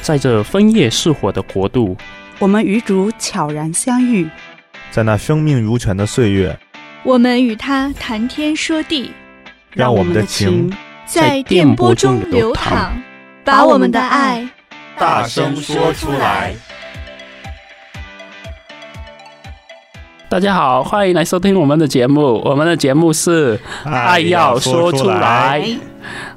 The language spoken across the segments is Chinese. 在这枫叶似火的国度，我们与主悄然相遇，在那生命如泉的岁月，我们与他谈天说地，让我们的情在电波中流淌，把我们的爱大声说出来。大家好，欢迎来收听我们的节目。我们的节目是《爱要说出来》，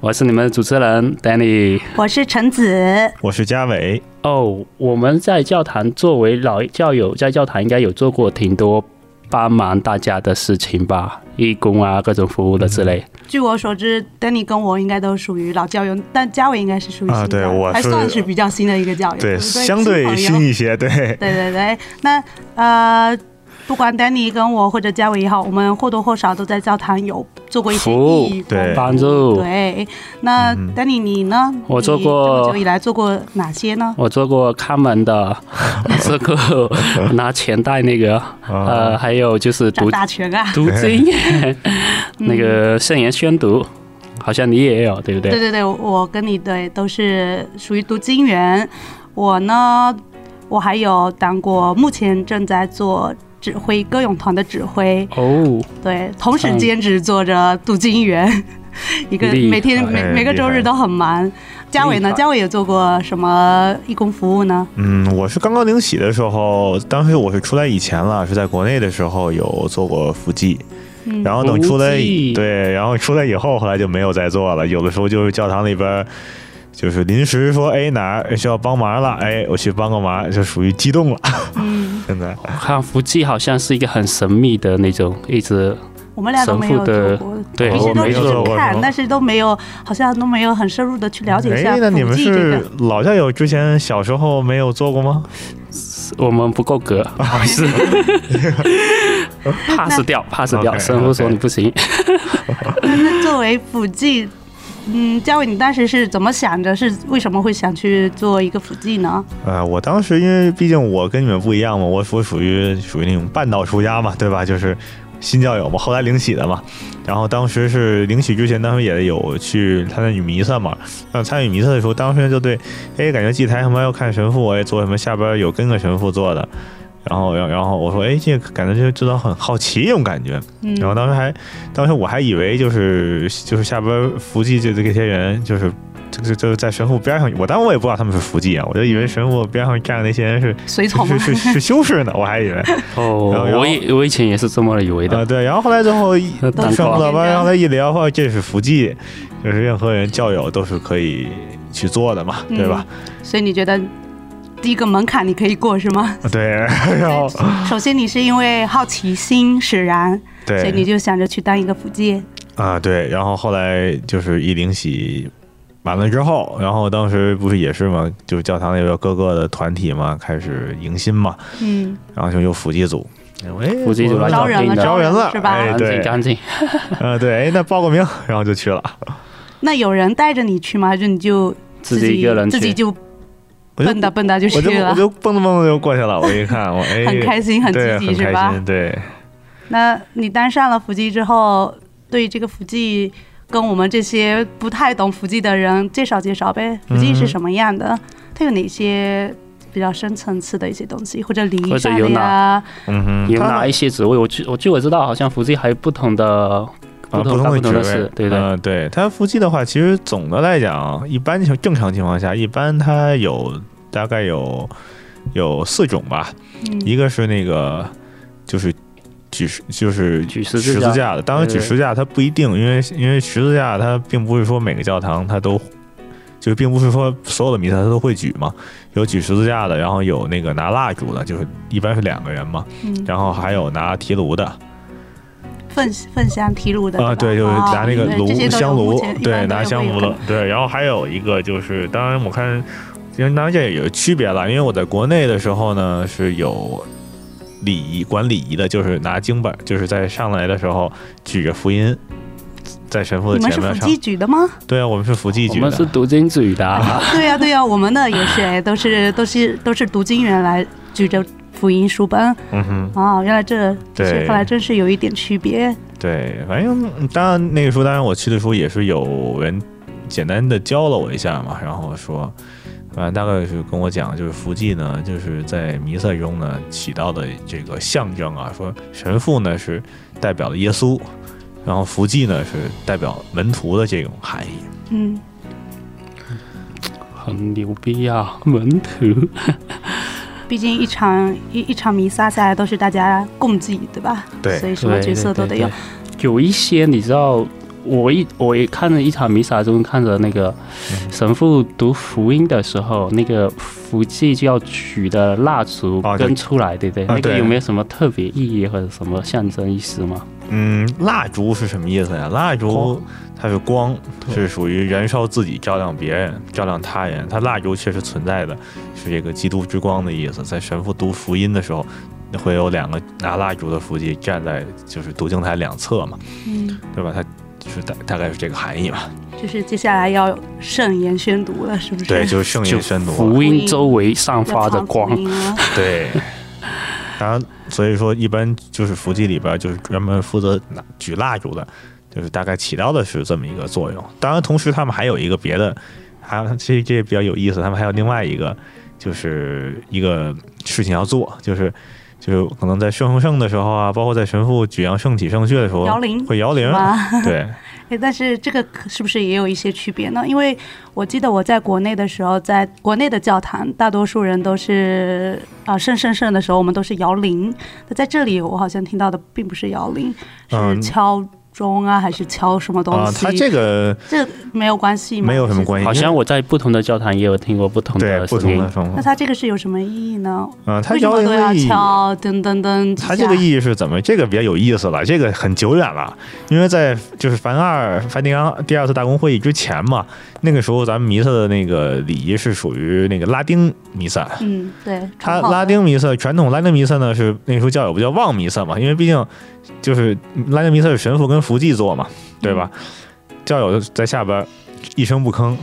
我是你们的主持人 Danny。我是橙子，我是嘉伟。哦，我们在教堂作为老教友，在教堂应该有做过挺多帮忙大家的事情吧，义工啊，各种服务的之类。据我所知，Danny 跟我应该都属于老教友，但嘉伟应该是属于新啊对教友我还是算是比较新的一个教友，对对，不对，相对新新朋友。一些，对，对对对，那呃，不管 Danny 跟我或者嘉伟也好，我们或多或少都在教堂有做过一些服务义工对帮助，对，那嗯 Danny 你呢？我做你这么过久以来做过哪些呢？我做过看门的， 我做过拿钱袋那个，哦呃，啊还有就是长读大全啊！ 读经，那个圣言宣读，好像你也有对不对对？对对，我跟你对都是属于读经员。我呢，我还有当过，目前正在做指挥歌咏团的指挥，哦，对，同时嗯兼职做着读经员， 一个厉害每天每哎每个周日都很忙。嘉伟呢？厉害嘉伟有做过什么义工服务呢？嗯，我是刚刚领喜的时候，当时我是出来以前了，是在国内的时候有做过伏击，嗯然后等出来伏击对，然后出来以后，后来就没有再做了。有的时候就是教堂里边儿，就是临时说，哎哪儿需要帮忙了，哎我去帮个忙，就属于激动了。嗯，现在我看伏击好像是一个很神秘的那种，一直哦我们俩都没有做神过父，对平我时都没只做过是看什么，但是都没有，好像都没有很深入的去了解一下哎，那你们统计这是个。老教友之前小时候没有做过吗？我们不够格，不哦好意 思，pass 掉，pass 掉。 OK，神父说 OK 你不行，那 作为辅祭，嗯，嘉伟，你当时是怎么想着？是为什么会想去做一个辅祭呢？呃，我当时因为毕竟我跟你们不一样嘛，我我属于属于那种半道出家嘛，对吧？就是新教友嘛，后来领洗的嘛。然后当时是领洗之前，当时也有去参加女弥撒嘛。那参与弥撒的时候，当时就对，哎，感觉祭台上面要看神父，哎，做什么下边有跟个神父做的。然后，然后然后我说，哎，这个感觉就知道很好奇这种感觉。嗯，然后当时还，当时我还以为就是就是下边伏击这这些人，就是这个就是在神父边上，我当然我也不知道他们是伏击啊，我就以为神父边上站的那些人是随从 吗是是是是修士呢，我还以为啊、然后哦然，后我以我以前也是这么以为的，对，然后后来最后一那都蛋是上糕不我了班，然后他一聊，发现这是伏击，就是任何人教友都是可以去做的嘛，对吧？所以你觉得第一个门槛你可以过是 吗？对，然后首先你是因为好奇心使然，所以你对就想着去当一个辅祭。啊、对，然后后来就是一灵洗完了之后，然后当时不是也是嘛，就是教堂那边各个的团体嘛，开始迎新嘛，嗯，然后就有伏击组，哎，伏击组我来招人搞定了，的招人了是吧？哎干对净干净。呃，对，哎，那报个名，然后就去了，那有人带着你去吗？还是你就自自己一个人去自己就我就蹦跶蹦跶就我就 去我了？就蹦着蹦着就过去了，我一看，我哎，很开心，很积对，极，很是开吧心，？对，那你当上了辅祭之后，对这个辅祭跟我们这些不太懂辅祭的人介绍介绍呗，辅嗯祭是什么样的？它有哪些比较深层次的一些东西，或者礼或仪者上有的呀？嗯哼，有他哪一些职位？我据我据我知道，好像伏击还有不同的啊，不不同干不同的的职事位，，对不对？嗯，对，它伏击的话，其实总的来讲，一般情正常情况下，一般它有大概有有四种吧，嗯一个是那个就是举十就是举十十字架字架的，当然对举十字架它不一定，因为因为十字架它并不是说每个教堂它都。就是并不是说所有的弥撒它都会举嘛，有举十字架的，然后有那个拿蜡烛的，就是一般是两个人嘛，嗯，然后还有拿提炉的，粪粪香提炉的啊，吧对，就是哦拿那个对炉这些都是香目炉前一，般对，都拿是香会有炉可的，对。然后还有一个就是，当然我看，其实当然这也有区别了，因为我在国内的时候呢是有礼仪管礼仪的，就是拿经本，就是在上来的时候举着福音，在神父能的你们是前辅面上祭。举的吗？对啊，我们是伏哦祭我举们是的。读经举的啊， 对呀、对呀、我们的也是，哎都是都是都是读经员来举着福音书本嗯哼，哦，原来这这些对看来真是有一点区别。对，反正当然那个时候，当然我去的时候也是有人简单的教了我一下嘛，然后说，嗯、反正大概是跟我讲，就是伏祭呢，就是在弥撒中呢起到的这个象征啊，说神父呢是代表了耶稣，然后伏祭呢是代表门徒的这种含义。嗯，很牛逼啊，门徒。毕竟一场一一场弥撒下来都是大家共济，对吧？对所以 什么角色都得有对。有一些你知道，我一我也看了一场弥撒中看着那个嗯神父读福音的时候，那个福气就要举的蜡烛啊对跟出来，对不对？啊那个对有没有什么特别意义或者什么象征意思吗？嗯，蜡烛是什么意思呀？蜡烛光它是光，对是属于燃烧自己，照亮别人，照亮他人。它蜡烛确实存在的，是这个基督之光的意思。在神父读福音的时候，会有两个拿蜡烛的伏击站在就是读经台两侧嘛，嗯，对吧？它就是大大概是这个含义吧。就是接下来要圣言宣读了，是不是？对，就是 圣就言宣读啊了。福音周围散发着光 要传，福音 了对。当然，所以说一般就是伏击里边就是专门负责拿举蜡烛的，就是大概起到的是这么一个作用。当然，同时他们还有一个别的，还有这这也比较有意思，他们还有另外一个就是一个事情要做，就是就是可能在圣圣圣的时候啊，包括在神父举扬圣体圣血的时候，摇铃会摇铃是，吧？ 对，诶但是这个可是不是也有一些区别呢？因为我记得我在国内的时候，在国内的教堂，大多数人都是啊、呃、圣圣圣的时候，我们都是摇铃。那在这里，我好像听到的并不是摇铃，嗯是敲钟啊，还是敲什么东啊，西？他这个这没有关系吗？没有什么关系好像我在不同的教堂也有听过不同对的不声同音的。声那它这个是有什么意义呢？啊，嗯他为什摇么铃都的要意义敲噔噔噔几下？它这个意义是怎么？这个比较有意思了，这个很久远了，因为在就是梵二梵蒂冈第二次大公会议之前嘛，那个时候咱们弥撒的那个礼仪是属于那个拉丁弥撒。嗯，对，它传统拉丁弥撒传统拉丁弥撒呢是那个时候教友不叫望弥撒嘛，因为毕竟就是拉丁弥撒是神父跟伏祭做嘛，对吧？嗯教友在下边一声不吭，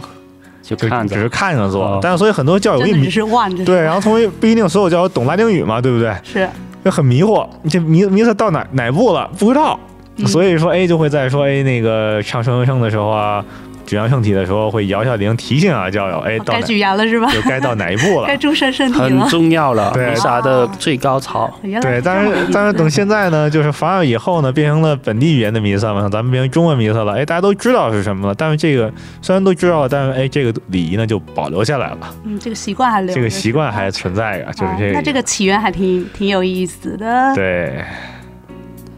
就就看只是着，看着做哦，但是所以很多教友真一的只迷是望着，对，然啊后同时不一定所有教友懂拉丁语嘛，对不对？是就很迷惑，这迷迷他到哪哪步了不知道，嗯所以说 A 就会在说 A 那个唱圣歌圣的时候啊，举扬圣体的时候会摇下铃提醒啊教友，哎到该哪举牙了是吧？就该到哪一步了 该。注射身体很了。哦重要了，对弥撒的最高潮。原来对，这但么是一个但是等现在呢，就是反而以后呢，变成了本地语言的弥撒嘛，咱们变成中文弥撒了，哎，大家都知道是什么了。但是这个虽然都知道了，但是哎，这个礼仪呢就保留下来了，嗯，这个习惯还留着这个习惯是吧还存在啊，就是哦这个。那这个嗯起源还挺挺有意思的。对，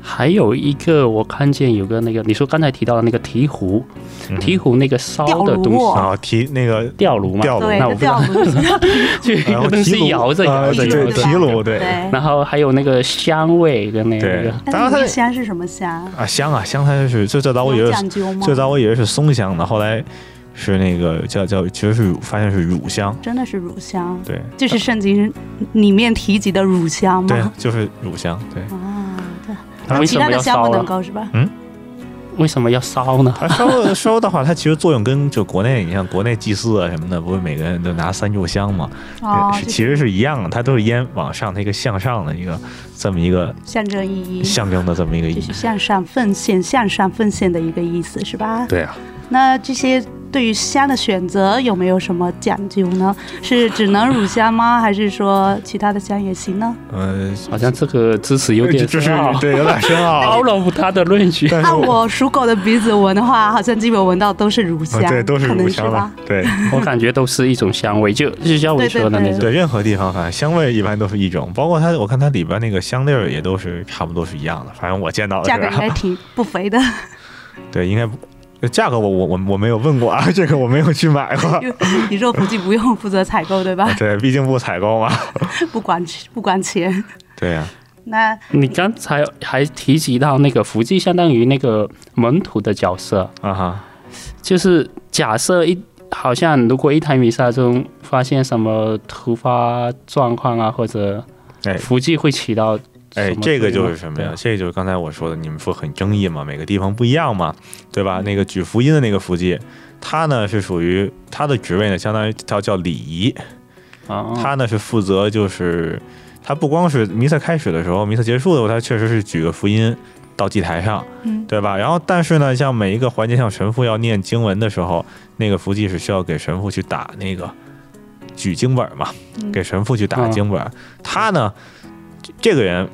还有一个我看见有个那个，你说刚才提到的那个提壶，嗯提壶那个烧吊的炉东西哦，啊提 那个吊炉嘛，吊炉对，那我不这知道调度是 吧就一然后个东提西炉摇着啊摇着对摇对着提，炉对。对。然后还有那个香味跟那对个，当然它那你香是什么香？啊，香啊，香它是最最早我以有为讲究吗？最早我以为是松香呢，后来是那个叫叫，其实是乳发现是乳香，真的是乳香，对就是圣经里面提及的乳香对吗？，就是乳香，对，哦，对，为其什他么的要香烧不能呢？够是吧？为什么要烧呢？它烧烧的话，它其实作用跟就国内，你像国内祭祀啊什么的，不是每个人都拿三炷香嘛，哦，是就其实是一样的，它都是烟往上的一个向上的一个这么一个象征意义，象征的这么一个意就义是，向上奉献、向上奉献的一个意思是吧？对啊，那这些对于香的选择有没有什么讲究呢？是只能乳香吗？还是说其他的香也行呢？嗯，好像这个知识有这点 这是深奥对有 点深奥包，了他的论据。但是按我属狗的鼻子闻的话，好像基本闻到都是乳香，嗯对都是啊可能乳是香了吧？，对。 我感觉都是一种香味，就就像我说的那对种。对，任何地方反正香味一般都是一种，包括它，我看它里边那个香粒儿也都是差不多是一样的，反正我见到的价格是应该啊，挺不菲的， 对，应该不呃价格我我我我没有问过啊， 这个我没有去 买过，你若不计不用负责采购对吧？对，毕竟不采购嘛，不管不管钱，对呀、那你刚才还提及到那个福记，相当于那个门徒的角色， 啊，哈，就是假设一好像如果一台弥撒中发现什么突发状况啊，或者哎福记会起到哎什，么这个作用就是什么对呀啊？这个就是刚才我说的，你们说很争议嘛，每个地方不一样嘛，对嗯吧？那个举福音的那个福记，他呢是属于他的职位呢，相当于叫叫礼仪，啊，他呢是负责就是，他不光是弥撒开始的时候，弥撒结束的时候，他确实是举个福音到祭台上，嗯对吧？然后但是呢，像每一个环节，像神父要念经文的时候，那个福记是需要给神父去打那个举经本嘛，嗯给神父去打经本。他呢，这个人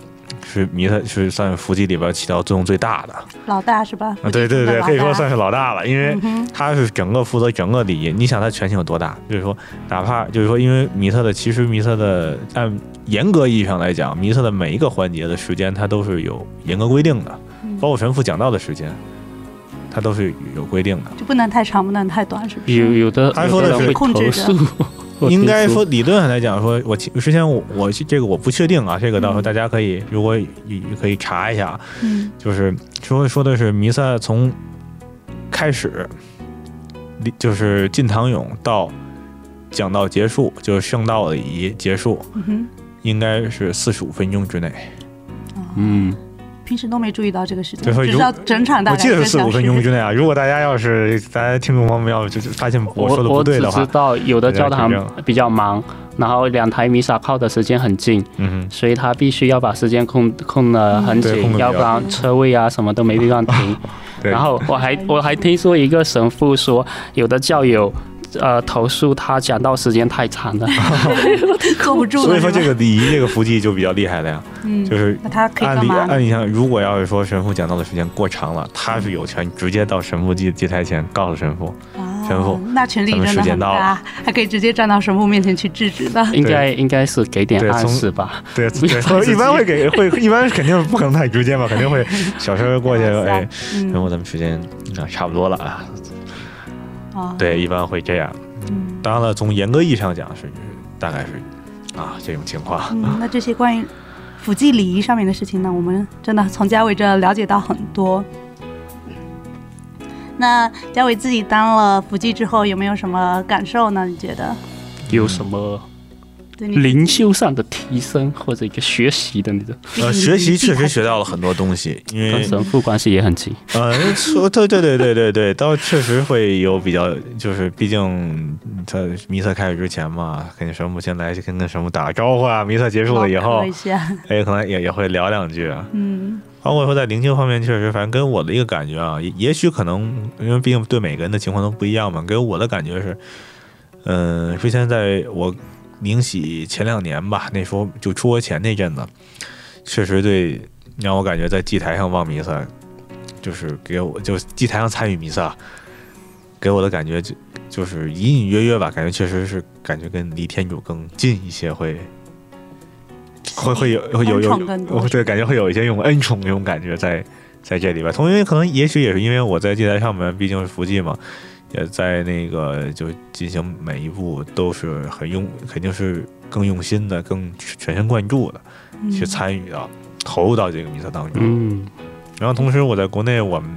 是弥特是算伏击里边起到作用最大的，老大是吧？啊对对对，老大可以说算是老大了，因为嗯哼他是整个负责整个礼仪。你想他权限有多大？就是说，哪怕就是说，因为弥特的其实弥特的按严格意义上来讲，弥特的每一个环节的时间，它都是有严格规定的，嗯包括神父讲道的时间，它都是有规定的。就不能太长，不能太短，是不有是？有的他说的有是人会控制投的诉， 我听应该说理论上来讲，说我其之前我我这个我不确定啊，这个到时候大家可以如果也也可以查一下，啊嗯，就是说说的是弥撒从开始，礼就是进堂咏到讲到结束，就是圣道礼仪结束，嗯哼，应该是四十五分钟之内。嗯，平时都没注意到这个事情，对所只以知道整场大我概记得是一个四十小五时分钟之内啊。如果大家要是大家听众朋友们要就是发现我我说的不我对只的知话，道有的教堂大家纠比较忙，然后两台弥撒靠的时间很近，嗯所以他必须要把时间控控得很嗯对控紧得，比要较不然车位啊什么都没地方停。哼，对然后我还我还听说一个神父说，有的教友。呃，投诉他讲到时间太长了，啊 坐不住了。所以说这是吧，个礼仪这个伏击就比较厉害了呀，嗯，就是那他可以按干理嘛呢？按理想，如果要是说神父讲道的时间过长了，他是有权直接到神父祭祭台前告诉神父，啊全部那权力咱们真的时间很到大了，还可以直接站到神父面前去制止 的。应该应该是给点对暗从示吧。对不对，是所以自一般己会给会一般肯定不可能太直接嘛，肯定会小声儿过去，哎，神嗯父咱们时间啊差不多了啊，啊，对，一般会这样。嗯，当然了，从严格意义上讲是大概是啊这种情况。嗯，那这些关于辅祭礼仪上面的事情呢，我们真的从嘉伟这了解到很多。那嘉伟自己当了辅祭之后，有没有什么感受呢？你觉得？有什么对你灵修上的提升或者一个学习的那种，呃，学习确实学到了很多东西，因跟为神父关系也很近。呃，说对对对对对对，倒确实会有比较，就是毕竟他弥撒开始之前嘛，跟神父先来跟跟神父打个招呼啊，弥撒结束了以后唠嗑一，下，哎，可能也也会聊两句啊。嗯包括说在灵修方面，确实，反正跟我的一个感觉啊，也也许可能因为毕竟对每个人的情况都不一样嘛，给我的感觉是，嗯、之前在我灵洗前两年吧，那时候就出国前那阵子，确实对让我感觉在祭台上望弥撒，就是给我就祭台上参与弥撒，给我的感觉就就是隐隐约约吧，感觉确实是感觉跟离天主更近一些会。 会会有 会有恩有宠更多有，对，感觉会有一些用恩宠那种感觉在在这里边。同因为可能也许也是因为我在祭台上面，毕竟是福祭嘛，也在那个就进行每一步都是很用，肯定是更用心的、更全神贯注的嗯去参与到、投入到这个弥撒当中。嗯，然后同时我在国内，我们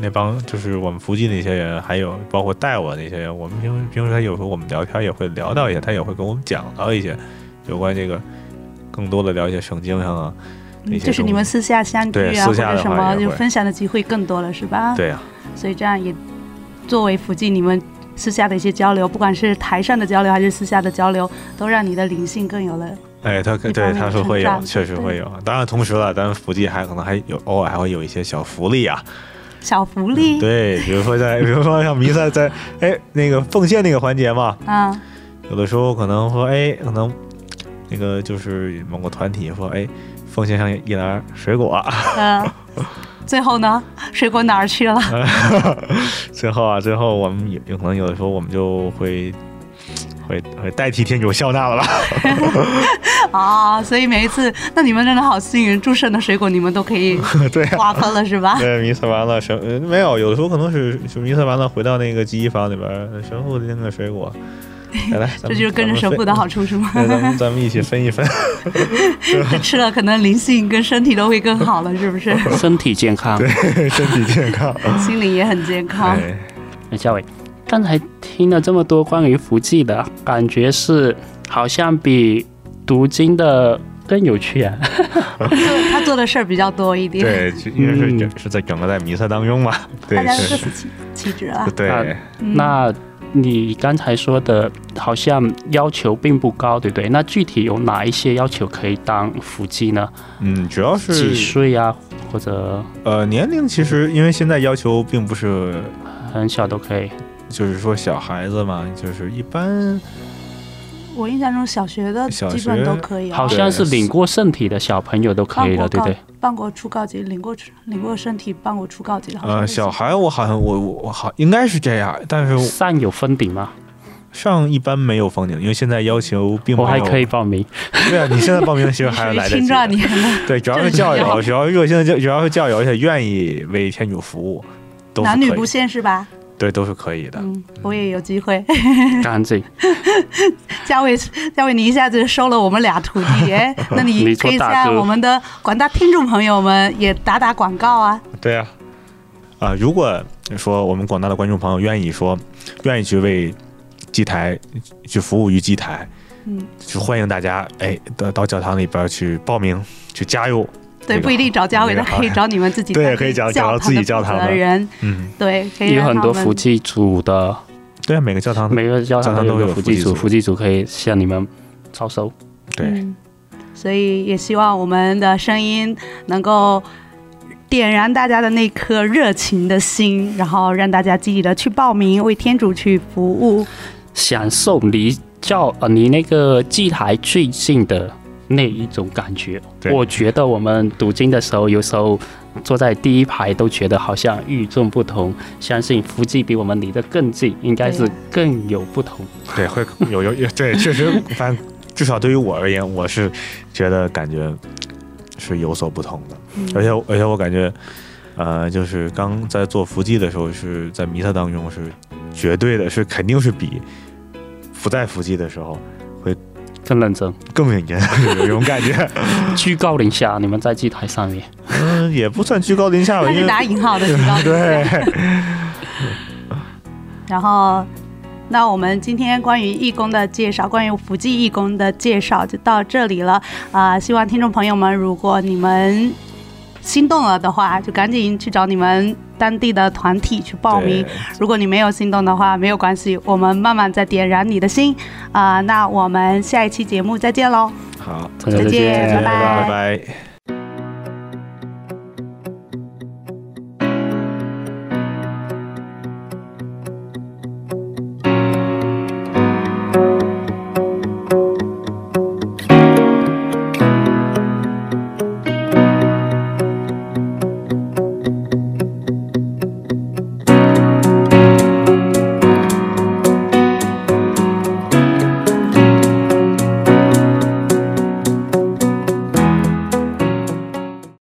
那帮就是我们福记那些人，还有包括带我那些人，我们平平时还有时候我们聊天也会聊到一些，他也会跟我们讲到一些有关这个更多的了解圣经上啊那嗯些东西。就是你们私下相聚对啊，私下或的者什话么也就会分享的机会更多了，是吧？对啊，所以这样也作为辅祭你们私下的一些交流，不管是台上的交流还是私下的交流，都让你的灵性更有了。哎，他一对方面他的说成会有，长确实对会有。当然，同时了，咱们福记还可能还有偶尔还会有一些小福 利啊。小福利。嗯对，比如说在，比如说像弥撒在哎那个奉献那个环节嘛，啊，有的时候可能说哎可能那个就是某个团体说哎奉献上一篮水果， 嗯、最后呢，水果哪儿去 了？最后啊最后我们有有可能有的时候我们就会。会会代替天主笑纳了 吧？啊，所以每一次，那你们真的好幸运，祝圣的水果你们都可以对啊，瓜分了，是吧？对，弥撒完了神呃没有，有的时候可能是是弥撒完了回到那个记忆房里边儿，神父拎个水果，来来，这咱们就是跟着神父的好。处，是吗？ 咱们分对，咱们咱们一起分一分。 吃了可能灵性跟身体都会更好了，是不 是？嗯身体健康。身体健康。心灵也很健康。对，哎，嘉伟，刚才听了这么多关于福记的感觉是，好像比读经的更有趣啊。他做的事儿比较多一点，对，就因为是嗯整是在整个在弥撒当中嘛，对大，家都各是，司其其职了。对啊，嗯那你刚才说的，好像要求并不高，对不对？那具体有哪一些要求可以当福记呢？嗯，主要几是岁啊，或者呃年龄，其实因为现在要求并不是，很小都可以？就是说小孩子嘛，就是一般我印象中小学的小基本学都可以啊，好像是领过圣体的小朋友都可以了，对不对？办过初高级，领过领过身体，办过初高级的。好像呃，是小孩我好像我我我好应该是这样，但是上有封顶吗？上一般没有封顶，因为现在要求并没我有。还可以报名。对啊，你现在报名其实 你还属于是来得青及壮的。年了，对，主要是正 教友，要主要是热心的教，主要是教友，而且愿意为天主服务， 都是男女可以不限是吧？对，都是可以的。嗯，我也有机会。 干净，嘉伟，嘉伟，你一下子收了我们俩徒弟， 哎，那你你可以做大向哥我们的广大听众朋友们也打打广告啊。对啊，啊、如果说我们广大的观众朋友愿意说，愿意去为祭台去服务于祭台，嗯，就欢迎大家哎到到教堂里边去报名去加入。对，这个不一定找嘉伟的，这个好可以找你们自己对的可以找教找自己教堂堂的的负责人，嗯，对，可以有很多福伏祭组的，对啊，每个教堂每个教教堂堂都都有有伏伏祭祭组，组伏祭组可以向你们招收。对、嗯，所以也希望我们的声音能够点燃大家的那颗热情的心，然后让大家积极的去报名，为天主去服务。享受离教呃离那个祭台最近的那一种感觉。对我觉得我们读经的时候，有时候坐在第一排都觉得好像与众不同。相信福记比我们离得更近，应该是对更有不同。对，会有有有对，确实，反正至少对于我而言，我是觉得感觉是有所不同的。嗯而且而且我感觉，呃，就是刚在做伏击的时候，是在弥撒当中是绝对的，是肯定是比不在伏击的时候更认真，更认真，有一种 感觉。居高临下，你们在祭台上面，嗯，也不算居高临下吧，那因是为打引号的， 知道吗？对，然后，那我们今天关于义工的介绍，关于福记义工的介绍就到这里了。啊、希望听众朋友们，如果你们心动了的话，就赶紧去找你们当地的团体去报名对。如果你没有心动的话，没有关系，我们慢慢再点燃你的心。啊、那我们下一期节目再见喽。好，真的再见再拜拜拜拜。